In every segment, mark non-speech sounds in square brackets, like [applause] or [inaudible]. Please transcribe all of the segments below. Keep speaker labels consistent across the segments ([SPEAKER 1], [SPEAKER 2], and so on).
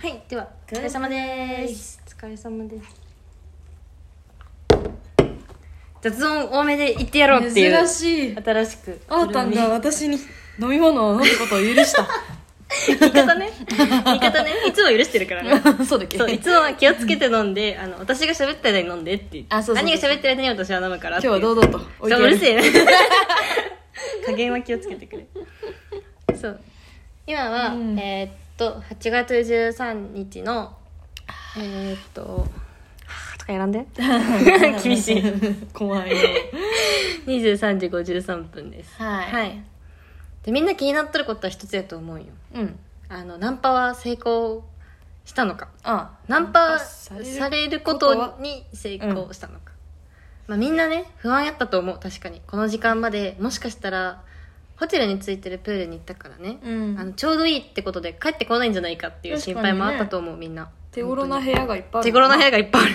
[SPEAKER 1] はい、では、お疲れ様です。お疲れ様です。雑音多めで言ってやろうっていう。
[SPEAKER 2] 珍しい
[SPEAKER 1] 新しく。
[SPEAKER 2] あーたんが私に飲み物を飲むことを許した
[SPEAKER 1] 言い方ね。 [laughs] 言い方ね。いつも許してるからね。
[SPEAKER 2] [laughs] そうだっ
[SPEAKER 1] [laughs]
[SPEAKER 2] け
[SPEAKER 1] そういつもは気をつけて飲んであの私が喋ってる間に飲んでって言って
[SPEAKER 2] あそうそう
[SPEAKER 1] 兄が喋ってる間に私は飲むからっ
[SPEAKER 2] 今
[SPEAKER 1] てい
[SPEAKER 2] 日
[SPEAKER 1] う
[SPEAKER 2] は堂々と置いて
[SPEAKER 1] そう
[SPEAKER 2] あ
[SPEAKER 1] う
[SPEAKER 2] る
[SPEAKER 1] るせえ [laughs] 加減は気をつけてくれそう今は、
[SPEAKER 2] うん
[SPEAKER 1] えーっと8月13日のえーっとはぁとか選んで
[SPEAKER 2] [laughs]
[SPEAKER 1] 厳しい
[SPEAKER 2] 怖いよ
[SPEAKER 1] 23時53分です
[SPEAKER 2] はい
[SPEAKER 1] でみんな気になっとることは一つやと思うよ
[SPEAKER 2] うん
[SPEAKER 1] あのナンパは成功したのか
[SPEAKER 2] あ
[SPEAKER 1] ナンパ
[SPEAKER 2] される
[SPEAKER 1] されることに成功したのか、まあ、みんなね不安やったと思う確かにこの時間までもしかしたらホテルについてるプールに行ったからね、
[SPEAKER 2] うん
[SPEAKER 1] あのちょうどいいってことで帰ってこないんじゃないかっていう心配もあったと思う、みんな
[SPEAKER 2] 手頃な
[SPEAKER 1] 本
[SPEAKER 2] 部屋がいっぱい
[SPEAKER 1] 当
[SPEAKER 2] あ
[SPEAKER 1] に手
[SPEAKER 2] る
[SPEAKER 1] 頃な部
[SPEAKER 2] 屋
[SPEAKER 1] 屋がいっぱいある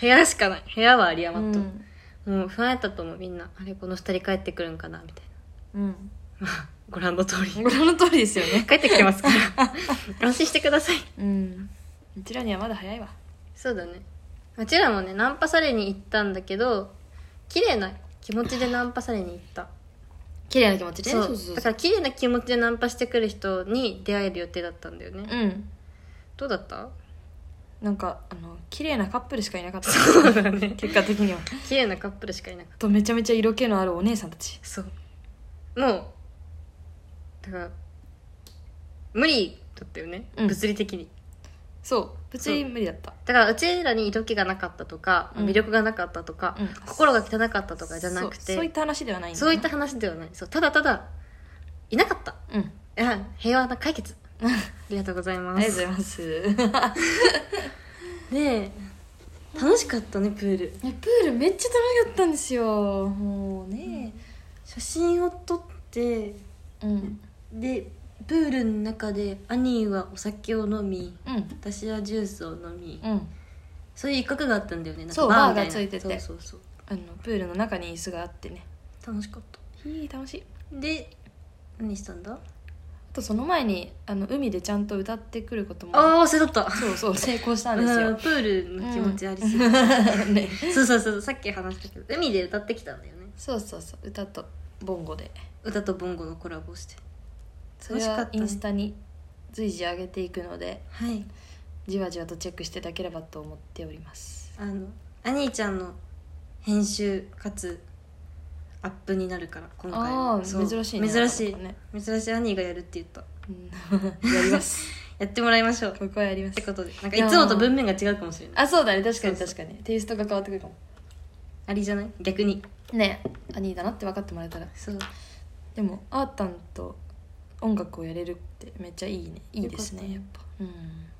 [SPEAKER 1] 部屋しかない部屋は有り
[SPEAKER 2] [laughs] う
[SPEAKER 1] 余っとる、
[SPEAKER 2] ん、
[SPEAKER 1] もう不安やったと思うみんなあれこの二人帰ってくるんかなみたい
[SPEAKER 2] うん、
[SPEAKER 1] なご覧の通り
[SPEAKER 2] ご覧の通りですよね
[SPEAKER 1] 帰ってきてますから
[SPEAKER 2] [laughs]
[SPEAKER 1] 安心してください
[SPEAKER 2] うんうちらにはまだ早いわ
[SPEAKER 1] そうだねうちらもねナンパされに行ったんだけど綺麗な気持ちでナンパされに行っ
[SPEAKER 2] [laughs]
[SPEAKER 1] た
[SPEAKER 2] 綺麗な気持ち
[SPEAKER 1] そうだから綺麗な気持ちでナンパしてくる人に出会える予定だったんだよね、
[SPEAKER 2] うん
[SPEAKER 1] どうだった
[SPEAKER 2] なんかあの綺麗なカップルしかいなかった
[SPEAKER 1] そうだね
[SPEAKER 2] [laughs] 結果的には
[SPEAKER 1] 綺麗なカップルしかいなかっ
[SPEAKER 2] とめちゃめちゃ色気のあるお姉さんたち
[SPEAKER 1] たそうもうだから無理だったよね、
[SPEAKER 2] うん
[SPEAKER 1] 物理的に
[SPEAKER 2] そう別に無理だった
[SPEAKER 1] だからうちらに色気がなかったとか、
[SPEAKER 2] うん
[SPEAKER 1] 魅力がなかったとか、
[SPEAKER 2] うん
[SPEAKER 1] 心が汚かったとかじゃなく
[SPEAKER 2] そう
[SPEAKER 1] て
[SPEAKER 2] そういった話ではないんだ
[SPEAKER 1] そういった話ではないそうただただいなかった
[SPEAKER 2] うん
[SPEAKER 1] いや平和な解決 [laughs] ありがとうござい
[SPEAKER 2] あ
[SPEAKER 1] ま
[SPEAKER 2] りがとうご
[SPEAKER 1] す
[SPEAKER 2] ざいます。
[SPEAKER 1] [laughs] で楽しかったねプール
[SPEAKER 2] いやプールめっちゃ楽しかったんですよ。もうね。
[SPEAKER 1] 写真を撮って
[SPEAKER 2] うん。
[SPEAKER 1] でプールの中で兄はお酒を飲み
[SPEAKER 2] うん。
[SPEAKER 1] 私はジュースを飲み、
[SPEAKER 2] うん。
[SPEAKER 1] そういう一角があったんだよねなんか
[SPEAKER 2] そう
[SPEAKER 1] みた
[SPEAKER 2] バー
[SPEAKER 1] な
[SPEAKER 2] がついてて
[SPEAKER 1] そうそうそう
[SPEAKER 2] あのプールの中に椅子があってね。
[SPEAKER 1] 楽しかった
[SPEAKER 2] ひー楽しい。
[SPEAKER 1] で何したんだ
[SPEAKER 2] あとその前にあの海でちゃんと歌ってくることも。
[SPEAKER 1] ああ忘れとった
[SPEAKER 2] そうそう成功したんです
[SPEAKER 1] うん
[SPEAKER 2] よ。
[SPEAKER 1] プールの気持ちありすぎ、
[SPEAKER 2] うん [laughs] ね。
[SPEAKER 1] そうそうそうさっき話したけど海で歌ってきたんだよね
[SPEAKER 2] そうそうそう歌とボンゴで。
[SPEAKER 1] 歌とボンゴのコラボして
[SPEAKER 2] そ
[SPEAKER 1] 楽
[SPEAKER 2] れ
[SPEAKER 1] しか
[SPEAKER 2] は
[SPEAKER 1] った
[SPEAKER 2] イ
[SPEAKER 1] ね
[SPEAKER 2] ンスタに随時上げていくので
[SPEAKER 1] はい
[SPEAKER 2] じわじわとチェックしていただければと思っております。
[SPEAKER 1] あの兄ちゃんの編集かつアップになるから今回
[SPEAKER 2] あ
[SPEAKER 1] は
[SPEAKER 2] あ
[SPEAKER 1] そう
[SPEAKER 2] 珍しいね。
[SPEAKER 1] 珍しい、
[SPEAKER 2] ね。
[SPEAKER 1] 珍しい兄がやるって言った
[SPEAKER 2] うんやります。
[SPEAKER 1] やってもらいましょうっ
[SPEAKER 2] [laughs] ここはやりま
[SPEAKER 1] て
[SPEAKER 2] す。
[SPEAKER 1] ことでなんか
[SPEAKER 2] いや
[SPEAKER 1] い
[SPEAKER 2] ー
[SPEAKER 1] つもと文面が違うかもしれないあ
[SPEAKER 2] [laughs] あそうだね確かに
[SPEAKER 1] そう
[SPEAKER 2] 確かにテイストが変わってくるかも
[SPEAKER 1] ありじゃない逆に
[SPEAKER 2] ね兄だなって分かってもらえたら
[SPEAKER 1] そう
[SPEAKER 2] でもあーたんと音楽をやれるってめっちゃいいねいいですねや
[SPEAKER 1] よ
[SPEAKER 2] っ
[SPEAKER 1] か
[SPEAKER 2] ぱうん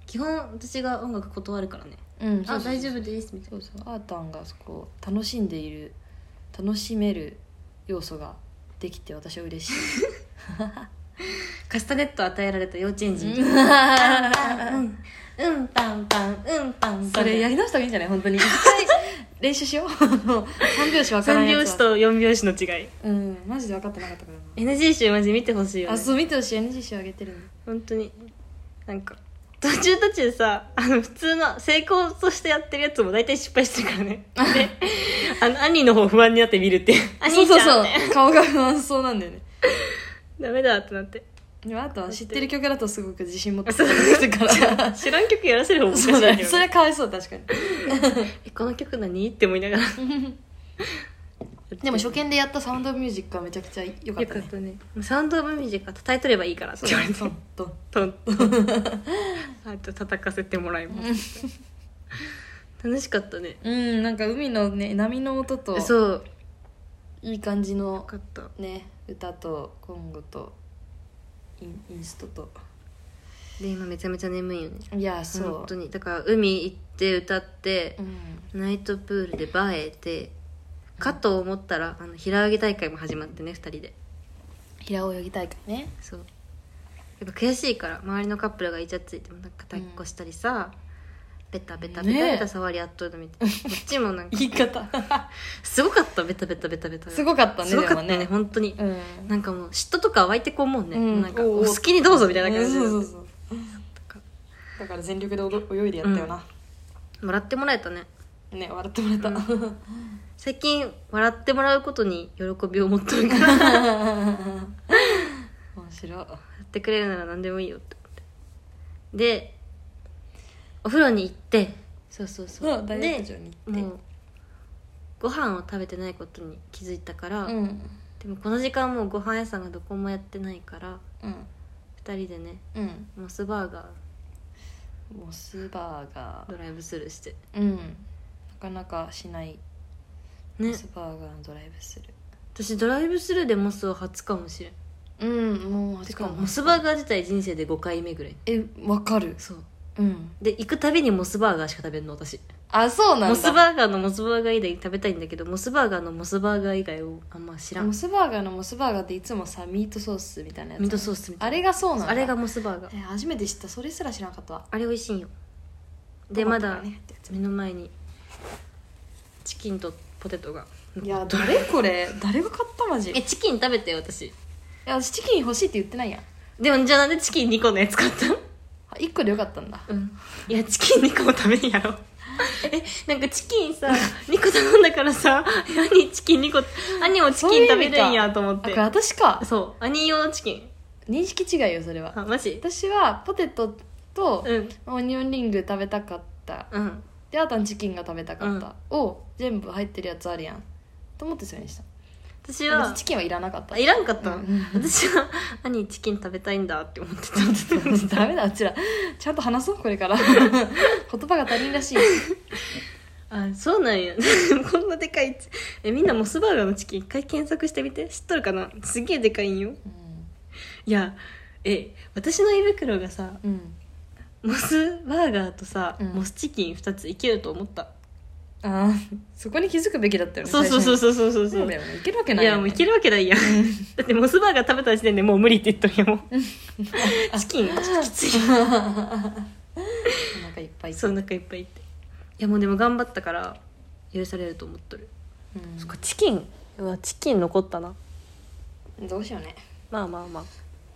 [SPEAKER 1] 基本私が音楽断るからね
[SPEAKER 2] うん
[SPEAKER 1] あ大丈夫ですみたい
[SPEAKER 2] そうそうあーたんがそこう楽しんでいる楽しめる要素ができて私は嬉しい
[SPEAKER 1] なカスタネット与えられた幼稚
[SPEAKER 2] [laughs]
[SPEAKER 1] 園児みたいな
[SPEAKER 2] そ
[SPEAKER 1] うんうんパンパンうんパンパン
[SPEAKER 2] れやり直した方がいいんじゃない本当に一回練習しよう [laughs] 3拍子分から
[SPEAKER 1] 3
[SPEAKER 2] んや
[SPEAKER 1] 拍
[SPEAKER 2] つ
[SPEAKER 1] 子
[SPEAKER 2] は
[SPEAKER 1] と4拍子の違い
[SPEAKER 2] うんマジで分かってなかったから
[SPEAKER 1] NG 集マジ見てほしいよ、
[SPEAKER 2] な
[SPEAKER 1] ね、
[SPEAKER 2] あそう見てほしい NG 集あげてるの
[SPEAKER 1] 本当になんか途中途中さあの普通の成功としてやってるやつも大体失敗してるからね
[SPEAKER 2] [laughs]
[SPEAKER 1] であの兄の方不安になって見るっていう
[SPEAKER 2] そ
[SPEAKER 1] 兄ち
[SPEAKER 2] うそう
[SPEAKER 1] ゃんっ
[SPEAKER 2] そう
[SPEAKER 1] て
[SPEAKER 2] 顔が不安そうなんだよね
[SPEAKER 1] ダメだってなって
[SPEAKER 2] でもあとは知ってる曲だとすごく自信持って
[SPEAKER 1] そう
[SPEAKER 2] くるから
[SPEAKER 1] 知らん曲やらせる方もおかしい
[SPEAKER 2] そうだね
[SPEAKER 1] け
[SPEAKER 2] そ
[SPEAKER 1] ど、
[SPEAKER 2] れ
[SPEAKER 1] ね、
[SPEAKER 2] はかわいそう確かに
[SPEAKER 1] えこの曲何って思いながら
[SPEAKER 2] でも初見でやったサウンドオブミュージックはめちゃくちゃ良かっ
[SPEAKER 1] よ
[SPEAKER 2] た
[SPEAKER 1] か
[SPEAKER 2] ね
[SPEAKER 1] ったねもうサウンド・オブ・ミュージックは叩いとればいいからって言われて
[SPEAKER 2] そうトン
[SPEAKER 1] ト
[SPEAKER 2] [laughs]
[SPEAKER 1] ントンあと叩かせてもらいます楽しかったね
[SPEAKER 2] トンうんなんか海のね波の音と
[SPEAKER 1] そう
[SPEAKER 2] いい感じ
[SPEAKER 1] よ
[SPEAKER 2] の
[SPEAKER 1] かった
[SPEAKER 2] ね歌とコンゴとインインストと
[SPEAKER 1] で今めちゃめちゃ眠いよね
[SPEAKER 2] いやそう
[SPEAKER 1] 本当にだから海行って歌って
[SPEAKER 2] う、ん
[SPEAKER 1] ナイトプールでバーへてかと思ったらあの平泳ぎ大会も始まってね2人で
[SPEAKER 2] 平泳ぎ大会ね
[SPEAKER 1] そうやっぱ悔しいから周りのカップルがイチャついてもなんか抱っこしたりさ、ベタベタベタ
[SPEAKER 2] ねえ
[SPEAKER 1] ベタ触り合っとるの見て、こっちもなんか
[SPEAKER 2] 言い方
[SPEAKER 1] すごかったベタベタベタベタ
[SPEAKER 2] すごかったね
[SPEAKER 1] すごかった
[SPEAKER 2] で
[SPEAKER 1] ね
[SPEAKER 2] もね
[SPEAKER 1] 本当に、
[SPEAKER 2] うん
[SPEAKER 1] なんかもう嫉妬とか湧いてこうもんね、
[SPEAKER 2] うん
[SPEAKER 1] なんか
[SPEAKER 2] おうお
[SPEAKER 1] お
[SPEAKER 2] う
[SPEAKER 1] 好きにどうぞみたいな
[SPEAKER 2] う
[SPEAKER 1] 感
[SPEAKER 2] ん
[SPEAKER 1] じで、
[SPEAKER 2] そうそうそう
[SPEAKER 1] とか
[SPEAKER 2] だから全力でおど泳いでやったよな、
[SPEAKER 1] もらってもらえたね
[SPEAKER 2] ね笑ってもらえた、 [laughs]
[SPEAKER 1] 最近笑ってもらうことに喜びを持っと
[SPEAKER 2] [laughs]
[SPEAKER 1] るからや
[SPEAKER 2] 面白い
[SPEAKER 1] ってくれるなら何でもいいよって思ってでお風呂に行ってそうそうそう
[SPEAKER 2] ダイエット場
[SPEAKER 1] で
[SPEAKER 2] に行って
[SPEAKER 1] もうご飯を食べてないことに気づいたから、
[SPEAKER 2] うん
[SPEAKER 1] でもこの時間もうご飯屋さんがどこもやってないから
[SPEAKER 2] うん
[SPEAKER 1] 2人でね
[SPEAKER 2] うん
[SPEAKER 1] モスバーガー
[SPEAKER 2] モスバーガ
[SPEAKER 1] ドライブスルーして
[SPEAKER 2] ーうんなかなかしない
[SPEAKER 1] ね
[SPEAKER 2] モスバーガーのドライブする
[SPEAKER 1] 私ドライブスルーでモスは初かもしれん
[SPEAKER 2] うんもう
[SPEAKER 1] てかモスバー
[SPEAKER 2] ガー
[SPEAKER 1] ガー自体人生で5回目ぐらい
[SPEAKER 2] えわかる
[SPEAKER 1] そう
[SPEAKER 2] うん
[SPEAKER 1] で行くたびにモスバーガーしか食べんの私
[SPEAKER 2] あそうなんだ
[SPEAKER 1] モスバーガーのモスバーガー以外食べたいんだけどモスバーガーのモスバーガー以外をあんま知らん
[SPEAKER 2] モ
[SPEAKER 1] ミ
[SPEAKER 2] スバーガーのモスバーガーっていつもさミートソースみたいなやつ
[SPEAKER 1] ートソースみた
[SPEAKER 2] あ
[SPEAKER 1] いな
[SPEAKER 2] れがそうなんだ
[SPEAKER 1] あれがモスバーガー
[SPEAKER 2] え初めて知ったそれすら知らなかったわ
[SPEAKER 1] あれ美味しいんよで
[SPEAKER 2] トマ
[SPEAKER 1] ま
[SPEAKER 2] トが
[SPEAKER 1] だ
[SPEAKER 2] ねってやつ
[SPEAKER 1] 目の前にチキンとポテトが
[SPEAKER 2] いや誰これ誰が買ったマジ
[SPEAKER 1] えチキン食べてよ私
[SPEAKER 2] いや私チキン欲しいって言ってないやん
[SPEAKER 1] でもじゃあなんでチキン2個のやつ買ったの
[SPEAKER 2] あ1個でよかったんだ
[SPEAKER 1] うんいやチキン2個も食べん
[SPEAKER 2] [laughs]
[SPEAKER 1] やろえなんかチキンさ2個頼んだからさえ兄チキン2個兄もチキン食べるんやと思っ
[SPEAKER 2] あこ
[SPEAKER 1] て
[SPEAKER 2] れ私か
[SPEAKER 1] そう兄用チキン
[SPEAKER 2] 認識違いよそれは
[SPEAKER 1] あマジ
[SPEAKER 2] 私はポテトと
[SPEAKER 1] うん
[SPEAKER 2] オニオンリング食べたかった
[SPEAKER 1] うん
[SPEAKER 2] であとはチキンが食べたかった、を全部入ってるやつあるやんと思ってそれにした
[SPEAKER 1] 私は
[SPEAKER 2] 私チキンはいらなかった
[SPEAKER 1] あいらんかった、
[SPEAKER 2] うん
[SPEAKER 1] 私は兄チキン食べたいんだって思ってた
[SPEAKER 2] [laughs] ダメだうちらちゃんと話そうこれから [laughs] 言葉が足りんらしい
[SPEAKER 1] [laughs] あそうなんや [laughs] こんなでかいチえみんなモスバーガーのチキン一回検索してみて知っとるかなすげえでかいんよいやえ私の胃袋がさ
[SPEAKER 2] うん、うん、
[SPEAKER 1] モスバーガーとさ、
[SPEAKER 2] うん
[SPEAKER 1] モスチキン2ついけると思った
[SPEAKER 2] あーそこに気づくべきだったよね
[SPEAKER 1] そうそうそう
[SPEAKER 2] そ
[SPEAKER 1] そうそうそう
[SPEAKER 2] う
[SPEAKER 1] そう
[SPEAKER 2] だよねいけるわけ
[SPEAKER 1] い
[SPEAKER 2] ないよ、ね、
[SPEAKER 1] やもういけるわけないやんだってモスバーガー食べた時点でもう無理って言っとるやんもうチキンちょっときつい
[SPEAKER 2] お腹いっぱい
[SPEAKER 1] そうお腹いっぱいいっていやもうでも頑張ったから許されると思っとる、
[SPEAKER 2] うん
[SPEAKER 1] そっかチキンうわチキン残ったな
[SPEAKER 2] どうしようね
[SPEAKER 1] まあまあまあ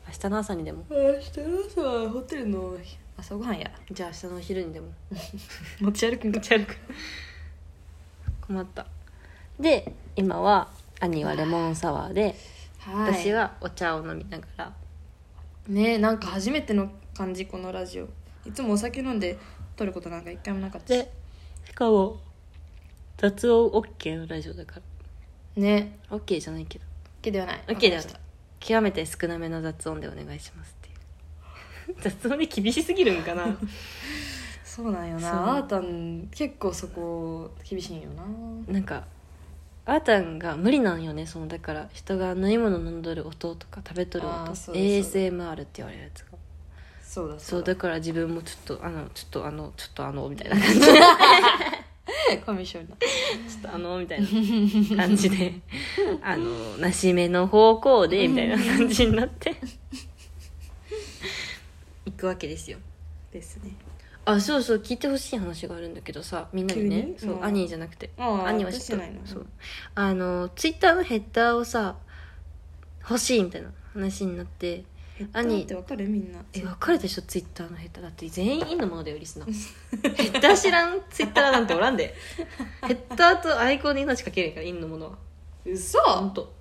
[SPEAKER 1] 明日の朝にでも
[SPEAKER 2] 明日の朝はホテルの朝ごはんや
[SPEAKER 1] じゃあ明日のお昼にでも
[SPEAKER 2] 持ち歩くんか
[SPEAKER 1] 持ち歩く困ったで今は兄はレモンサワーで、
[SPEAKER 2] はい
[SPEAKER 1] 私はお茶を飲みながら
[SPEAKER 2] ねなんか初めての感じこのラジオいつもお酒飲んで撮ることなんか一回もなかったし
[SPEAKER 1] でしかも雑音 OK のラジオだか
[SPEAKER 2] ね
[SPEAKER 1] ら OK じゃないけど
[SPEAKER 2] OK ではない
[SPEAKER 1] OK では
[SPEAKER 2] わかりました
[SPEAKER 1] 極めて少なめの雑音でお願いしますっていう
[SPEAKER 2] [laughs]
[SPEAKER 1] 雑音に厳しすぎるんかな
[SPEAKER 2] そうなんよ
[SPEAKER 1] そう
[SPEAKER 2] なあーたん結構そこ厳しいんよな
[SPEAKER 1] なんかあーたんが無理なんよねそのだから人が飲み物飲んどる音とか食べとる音
[SPEAKER 2] あーそうだそう
[SPEAKER 1] ASMR って言われるやつが
[SPEAKER 2] そうだ
[SPEAKER 1] そう
[SPEAKER 2] だ
[SPEAKER 1] だから自分もちょっとあのちょっとあのちょっとあのみ
[SPEAKER 2] [laughs]
[SPEAKER 1] たいな感じちょ
[SPEAKER 2] コミッションだ
[SPEAKER 1] っとあのみたいな感じであのなしめの方向でみたいな感じにな
[SPEAKER 2] [laughs]
[SPEAKER 1] って行くわけですよ
[SPEAKER 2] ですね
[SPEAKER 1] あそうそう聞いてほしい話があるんだけどさみんなにね
[SPEAKER 2] 急
[SPEAKER 1] そ
[SPEAKER 2] に
[SPEAKER 1] ううん兄じゃなくて
[SPEAKER 2] ああ
[SPEAKER 1] 兄は知って
[SPEAKER 2] 私じゃな
[SPEAKER 1] る
[SPEAKER 2] いの
[SPEAKER 1] そうあのツイッターのヘッダーをさ欲しいみたいな話になって兄
[SPEAKER 2] 兄ってわかるみんな
[SPEAKER 1] え分かるでしょツイッターのヘッダーだって全員のものだよリスナー [laughs] ヘッダー知らんツイッターなんておらんでヘッダーとアイコンに命かけるんやからインのものは
[SPEAKER 2] 嘘
[SPEAKER 1] 本当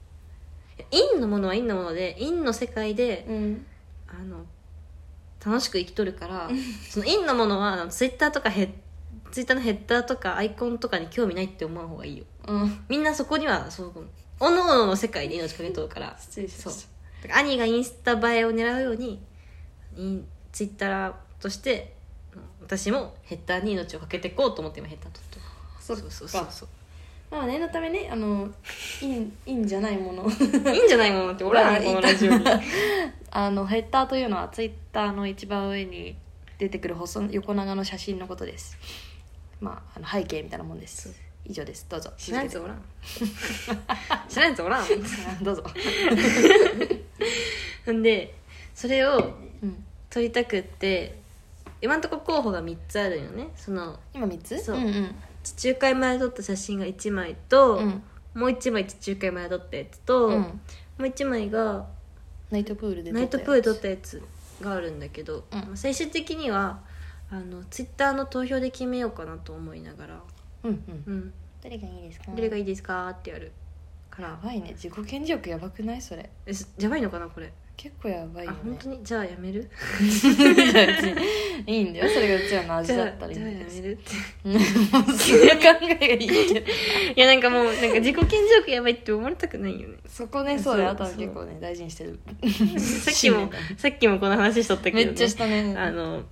[SPEAKER 1] いやインのものはインのものでインの世界で
[SPEAKER 2] うん
[SPEAKER 1] あの楽しく生きとるからそのインのものはあのツイッターとかヘッツイッターのヘッダーとかアイコンとかに興味ないって思う方がいいよ
[SPEAKER 2] うん
[SPEAKER 1] みんなそこにはそうおのおのの世界で命かけとるから
[SPEAKER 2] 失礼しま
[SPEAKER 1] そ
[SPEAKER 2] し
[SPEAKER 1] だから兄がインスタ映えを狙うようにインツイッターとしてうん私もヘッダーに命をかけていこうと思って今ヘッダー取ってる
[SPEAKER 2] たそっか
[SPEAKER 1] そうそうそう
[SPEAKER 2] まあ念のためねあのいいいいんじゃないもの [laughs]
[SPEAKER 1] いいんじゃないものって俺らのこのラジオに
[SPEAKER 2] あのヘッダーというのはツイッターの一番上に出てくる細横長の写真のことですまああの背景みたいなもんです以上ですどうぞ
[SPEAKER 1] [laughs] 知らんやつ
[SPEAKER 2] 続
[SPEAKER 1] おらん [laughs] 知らんやつお [laughs] らん
[SPEAKER 2] けて [laughs] どうぞ、
[SPEAKER 1] んでそれを
[SPEAKER 2] うん、
[SPEAKER 1] 取りたくって今んとこ候補が3つあるよねその
[SPEAKER 2] 今3つ
[SPEAKER 1] そうん
[SPEAKER 2] うん
[SPEAKER 1] 地中海前撮った写真が1枚と、
[SPEAKER 2] うん
[SPEAKER 1] もう1枚地中海前撮ったやつと、
[SPEAKER 2] う
[SPEAKER 1] も
[SPEAKER 2] ん
[SPEAKER 1] う1枚が
[SPEAKER 2] ナイトプールで撮
[SPEAKER 1] ナ
[SPEAKER 2] った
[SPEAKER 1] イ
[SPEAKER 2] や
[SPEAKER 1] ト
[SPEAKER 2] つ
[SPEAKER 1] プール撮ったやつがあるんだけど、
[SPEAKER 2] うん
[SPEAKER 1] まあ最終的にはあのツイッターの投票で決めようかなと思いながら
[SPEAKER 2] うんうん
[SPEAKER 1] うん
[SPEAKER 2] どれがいいですか
[SPEAKER 1] どれがいいですかってやるか
[SPEAKER 2] や
[SPEAKER 1] ら
[SPEAKER 2] ばいね自己顕示欲やばくないそれ
[SPEAKER 1] えすやばいのかなこれ
[SPEAKER 2] 結構やばいよ
[SPEAKER 1] あ本
[SPEAKER 2] ね
[SPEAKER 1] 当にじゃあやめる
[SPEAKER 2] [laughs] いいんだよそれがうちらの
[SPEAKER 1] じ
[SPEAKER 2] 味
[SPEAKER 1] ゃ
[SPEAKER 2] だ
[SPEAKER 1] あ
[SPEAKER 2] ったらいい
[SPEAKER 1] じゃあ
[SPEAKER 2] ん
[SPEAKER 1] や
[SPEAKER 2] だ
[SPEAKER 1] め
[SPEAKER 2] け
[SPEAKER 1] るって
[SPEAKER 2] どもうそういう考えがいいけど
[SPEAKER 1] いやなんかもうなんか自己顕示欲やばいって思われたくない [laughs] よね
[SPEAKER 2] そこねそうだよあとは
[SPEAKER 1] そう
[SPEAKER 2] 結構ね大事にしてる
[SPEAKER 1] さっきも [laughs] さっきもこの話しとったけど、ね、
[SPEAKER 2] めっちゃしたね
[SPEAKER 1] あの、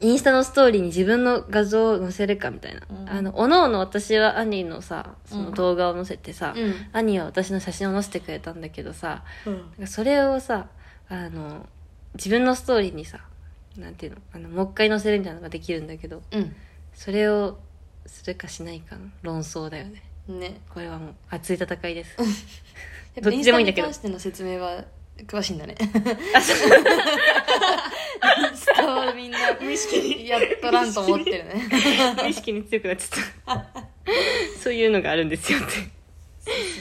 [SPEAKER 1] インスタのストーリーに自分の画像を載せるかみたいな。
[SPEAKER 2] うん
[SPEAKER 1] あの、おのおの私はアニーのさ、その
[SPEAKER 2] うん
[SPEAKER 1] 動画を載せてさ、
[SPEAKER 2] うん
[SPEAKER 1] アニーは私の写真を載せてくれたんだけどさ、なんかそれをさ、あの、自分のストーリーにさ、なんていうの、あの、もう一回載せるみたいなのができるんだけど、
[SPEAKER 2] う
[SPEAKER 1] それをするかしないかの論争だよね。
[SPEAKER 2] んね
[SPEAKER 1] これはもう熱い戦い
[SPEAKER 2] [laughs]
[SPEAKER 1] です。
[SPEAKER 2] やっ
[SPEAKER 1] ど
[SPEAKER 2] ぱ
[SPEAKER 1] っ
[SPEAKER 2] イ
[SPEAKER 1] ち
[SPEAKER 2] ンス
[SPEAKER 1] で
[SPEAKER 2] タ
[SPEAKER 1] もいいん
[SPEAKER 2] に
[SPEAKER 1] だけど
[SPEAKER 2] 関しての説明は詳しいんだねインスタはみんな
[SPEAKER 1] 無意識に
[SPEAKER 2] やっとらんと思ってるね
[SPEAKER 1] 無意識に強くなっちゃった。 [laughs] そういうのがあるんですよって。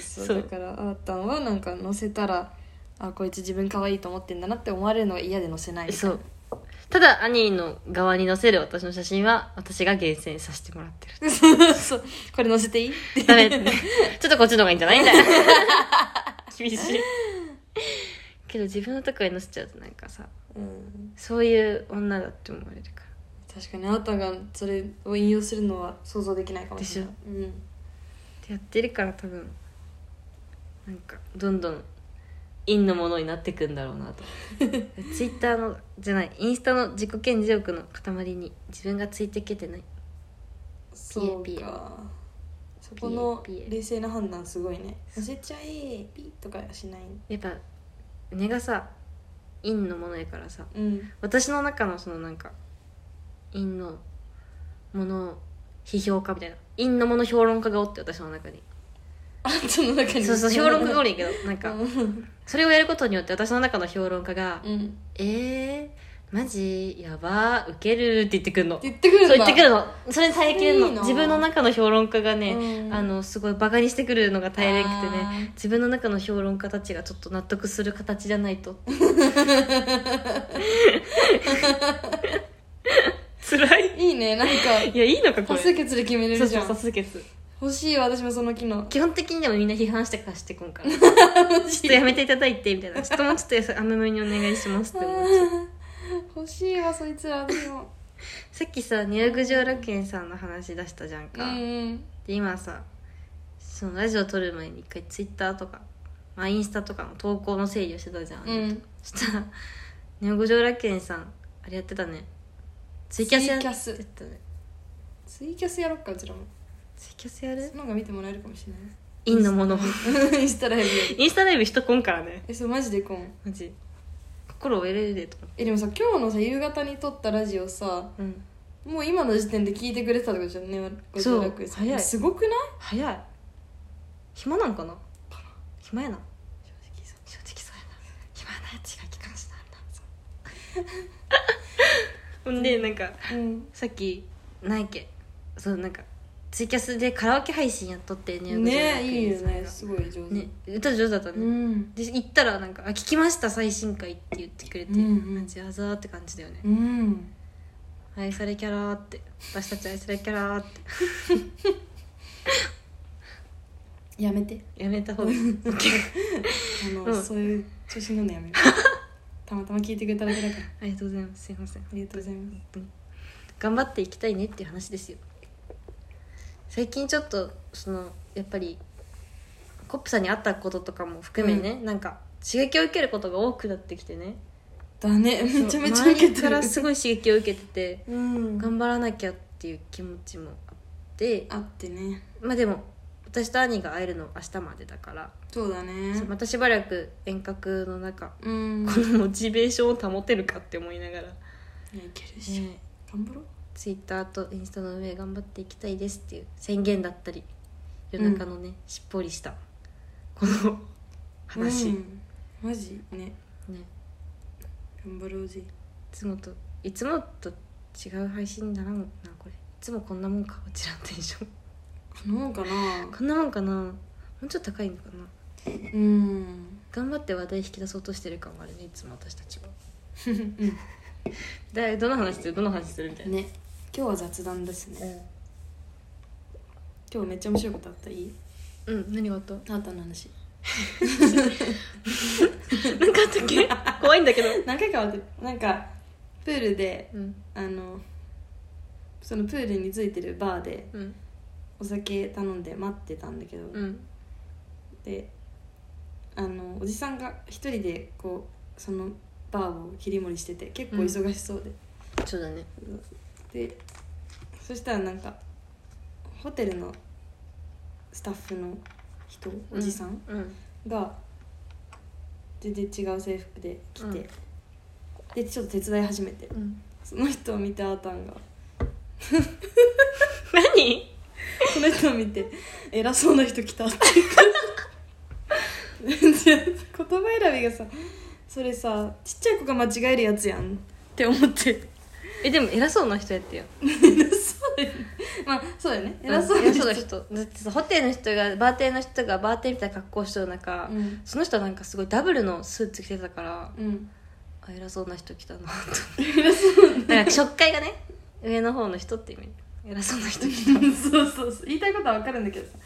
[SPEAKER 2] そう
[SPEAKER 1] そう
[SPEAKER 2] だからあーたんはなんか載せたらあこいつ自分可愛いと思ってんだなって思われるのが嫌で載せないみたいな
[SPEAKER 1] そうただ兄の側に載せる私の写真は私が厳選させてもらってる
[SPEAKER 2] そう [laughs] そうこれ載せていいって
[SPEAKER 1] ダメってちょっとこっちの方がいいんじゃないみたいな厳しいけど自分のとこに載せちゃうとなんかさ
[SPEAKER 2] うん
[SPEAKER 1] そういう女だって思われるか
[SPEAKER 2] 確かにあなたがそれを引用するのは想像できないかもしれないうん
[SPEAKER 1] らってやってるから多分なんかどんどん陰のものになってくんだろうなとツイッターのじゃないインスタの自己顕示欲の塊に自分がついていけてない
[SPEAKER 2] そう
[SPEAKER 1] ピエピエ
[SPEAKER 2] かそこの
[SPEAKER 1] ピエピエ
[SPEAKER 2] 冷静な判断すごいね載せちゃえピッとかしない
[SPEAKER 1] やっぱ根がさ陰のものやからさ
[SPEAKER 2] うん
[SPEAKER 1] 私の中のそのなんか陰のもの批評家みたいな陰のもの評論家がおって私の中に
[SPEAKER 2] あんたの中に
[SPEAKER 1] そうそう評論家がお
[SPEAKER 2] り
[SPEAKER 1] るんやけどなんか
[SPEAKER 2] うん
[SPEAKER 1] それをやることによって私の中の評論家が
[SPEAKER 2] うん
[SPEAKER 1] 「えー、マジやばウケる」って言ってくるの
[SPEAKER 2] 言ってくるん
[SPEAKER 1] そ
[SPEAKER 2] だ
[SPEAKER 1] う言ってくるのそれに耐えきれるの
[SPEAKER 2] いいな
[SPEAKER 1] 自分の中の評論家がね、
[SPEAKER 2] うん
[SPEAKER 1] あのすごいバカにしてくるのが耐えれなくて
[SPEAKER 2] あ
[SPEAKER 1] ね
[SPEAKER 2] ー
[SPEAKER 1] 自分の中の評論家たちがちょっと納得する形じゃない [laughs] と辛い
[SPEAKER 2] いいねなんか
[SPEAKER 1] いやいいの [laughs] かこ
[SPEAKER 2] 多
[SPEAKER 1] れ
[SPEAKER 2] 数決で決めれ
[SPEAKER 1] そ
[SPEAKER 2] る
[SPEAKER 1] う
[SPEAKER 2] じ
[SPEAKER 1] そ
[SPEAKER 2] ゃ
[SPEAKER 1] うん多数決
[SPEAKER 2] 欲しいわ私もその
[SPEAKER 1] [laughs]
[SPEAKER 2] 機能
[SPEAKER 1] 基本的にでもみんな批判して貸してこんから [laughs] ちょ
[SPEAKER 2] 欲し
[SPEAKER 1] っとやめていただいてみたいなちょっともうちょっと甘めにお願いしますって思う [laughs]
[SPEAKER 2] 欲しいわそいつら私 [laughs] も
[SPEAKER 1] さっきさニューグジョ楽園さんの話出したじゃん
[SPEAKER 2] う
[SPEAKER 1] か、
[SPEAKER 2] ん
[SPEAKER 1] で今さそのラジオ撮る前に一回ツイッターとか、まあ、インスタとかの投稿の整理をしてたじゃん、
[SPEAKER 2] うん
[SPEAKER 1] そしたら「ネオ五条楽園さんあれやってたねツイキャスや
[SPEAKER 2] ツイキャス
[SPEAKER 1] やってたね
[SPEAKER 2] ツイキャスやろっかうちらも
[SPEAKER 1] ツイキャスや
[SPEAKER 2] そ
[SPEAKER 1] る
[SPEAKER 2] の方が見てもらえるかもしれない
[SPEAKER 1] インのもの
[SPEAKER 2] [laughs] インス
[SPEAKER 1] [laughs]
[SPEAKER 2] タライブより
[SPEAKER 1] インスタライブ人こんからね
[SPEAKER 2] えそうマジでこん
[SPEAKER 1] マジ心折れるでと思
[SPEAKER 2] えでもさ今日のさ夕方に撮ったラジオさ
[SPEAKER 1] う、うん、
[SPEAKER 2] もう今の時点で聞いてくれてたってことじゃんねご
[SPEAKER 1] そう
[SPEAKER 2] 自宅さ
[SPEAKER 1] 早い
[SPEAKER 2] すごくない
[SPEAKER 1] 早い暇なんかな暇やな
[SPEAKER 2] 正直さ
[SPEAKER 1] 正直そうやな暇なやつが機関士なんだ [laughs] ほんでなんか
[SPEAKER 2] うん
[SPEAKER 1] さっきないけそうなんかツイキャスでカラオケ配信やっとってね
[SPEAKER 2] ねいいよ
[SPEAKER 1] さんが
[SPEAKER 2] ねすごい上手、
[SPEAKER 1] ね歌上手だったね、
[SPEAKER 2] うん
[SPEAKER 1] で行ったらなんか「あ聞きました最新回」って言ってくれて、
[SPEAKER 2] うんうん
[SPEAKER 1] マジあざーって感じだよね、
[SPEAKER 2] うん
[SPEAKER 1] 愛されキャラーって私たち愛されキャラーって
[SPEAKER 2] やめて
[SPEAKER 1] やめた方がいい
[SPEAKER 2] あの、
[SPEAKER 1] うん
[SPEAKER 2] そういう調子に乗るのやめ [laughs] るたまたま聞いてくれただけだからあ
[SPEAKER 1] ありがとうございますすいません
[SPEAKER 2] りがとうございます
[SPEAKER 1] 頑張っていきたいねっていう話ですよ最近ちょっとそのやっぱりコップさんに会ったこととかも含めね、なんか刺激を受けることが多くなってきてね
[SPEAKER 2] だねめちゃめちゃ受
[SPEAKER 1] 周
[SPEAKER 2] けて
[SPEAKER 1] り
[SPEAKER 2] る
[SPEAKER 1] からすごい刺激を受けてて
[SPEAKER 2] うん
[SPEAKER 1] 頑張らなきゃっていう気持ちもあって
[SPEAKER 2] あってね
[SPEAKER 1] まあでも私と兄が会えるの明日までだから、
[SPEAKER 2] そうだね
[SPEAKER 1] またしばらく遠隔の中
[SPEAKER 2] うんい
[SPEAKER 1] このモチベーションを保てるかって思いながら、
[SPEAKER 2] やいけるっしょ、頑張ろう
[SPEAKER 1] ツイッターとインスタの上頑張っていきたいですっていう宣言だったり夜中のね、しっぽりしたこの話、
[SPEAKER 2] うんマジね
[SPEAKER 1] ね
[SPEAKER 2] 頑張ろうぜ
[SPEAKER 1] いつもといつもと違う配信にならんなこれいつもこんなもんかうちらのテンション
[SPEAKER 2] このもんかな
[SPEAKER 1] こんなもんかなもうちょっと高いのかな
[SPEAKER 2] うん
[SPEAKER 1] 頑張って話題引き出そうとしてる感はあるねいつも私たちは
[SPEAKER 2] うん
[SPEAKER 1] [laughs] だどの話するどの話するみたいな、
[SPEAKER 2] ね今日は雑談ですね今日めっちゃ面白いことあったいい
[SPEAKER 1] うん、うん、何があった
[SPEAKER 2] あなたの話
[SPEAKER 1] 何かあったっけ [laughs] 怖いんだけど
[SPEAKER 2] 何回か忘れなんかプールで
[SPEAKER 1] うん
[SPEAKER 2] あのそのプールについてるバーで
[SPEAKER 1] うん
[SPEAKER 2] お酒頼んで待ってたんだけど、
[SPEAKER 1] うん
[SPEAKER 2] であのおじさんが一人でこうそのバーを切り盛りしてて結構忙しそうで、
[SPEAKER 1] そうだね
[SPEAKER 2] でそしたらなんかホテルのスタッフの人おじさん
[SPEAKER 1] うん
[SPEAKER 2] が全然違う制服で来て、
[SPEAKER 1] うん
[SPEAKER 2] でちょっと手伝い始めて
[SPEAKER 1] うん
[SPEAKER 2] その人を見てあーたんが
[SPEAKER 1] 何
[SPEAKER 2] その人を見て [laughs] 偉そうな人来たって言って [laughs] 全然言葉選びがさそれさちっちゃい子が間違えるやつやんって思って
[SPEAKER 1] えでも偉そうな人やってよ
[SPEAKER 2] 偉そうだよねまあ [laughs] そうだよね偉そうな人
[SPEAKER 1] な人だってさホテルの人がバーテンの人がバーテンみたいな格好してる中、
[SPEAKER 2] うん、
[SPEAKER 1] その人はなんかすごいダブルのスーツ着てたから
[SPEAKER 2] うん、
[SPEAKER 1] あ偉そうな人来たな
[SPEAKER 2] [laughs]
[SPEAKER 1] と
[SPEAKER 2] 偉そ
[SPEAKER 1] だ
[SPEAKER 2] う
[SPEAKER 1] から食会がね上の方の人って意味偉そうな人来た
[SPEAKER 2] [laughs] そうそうそう言いたいことは分かるんだけどさ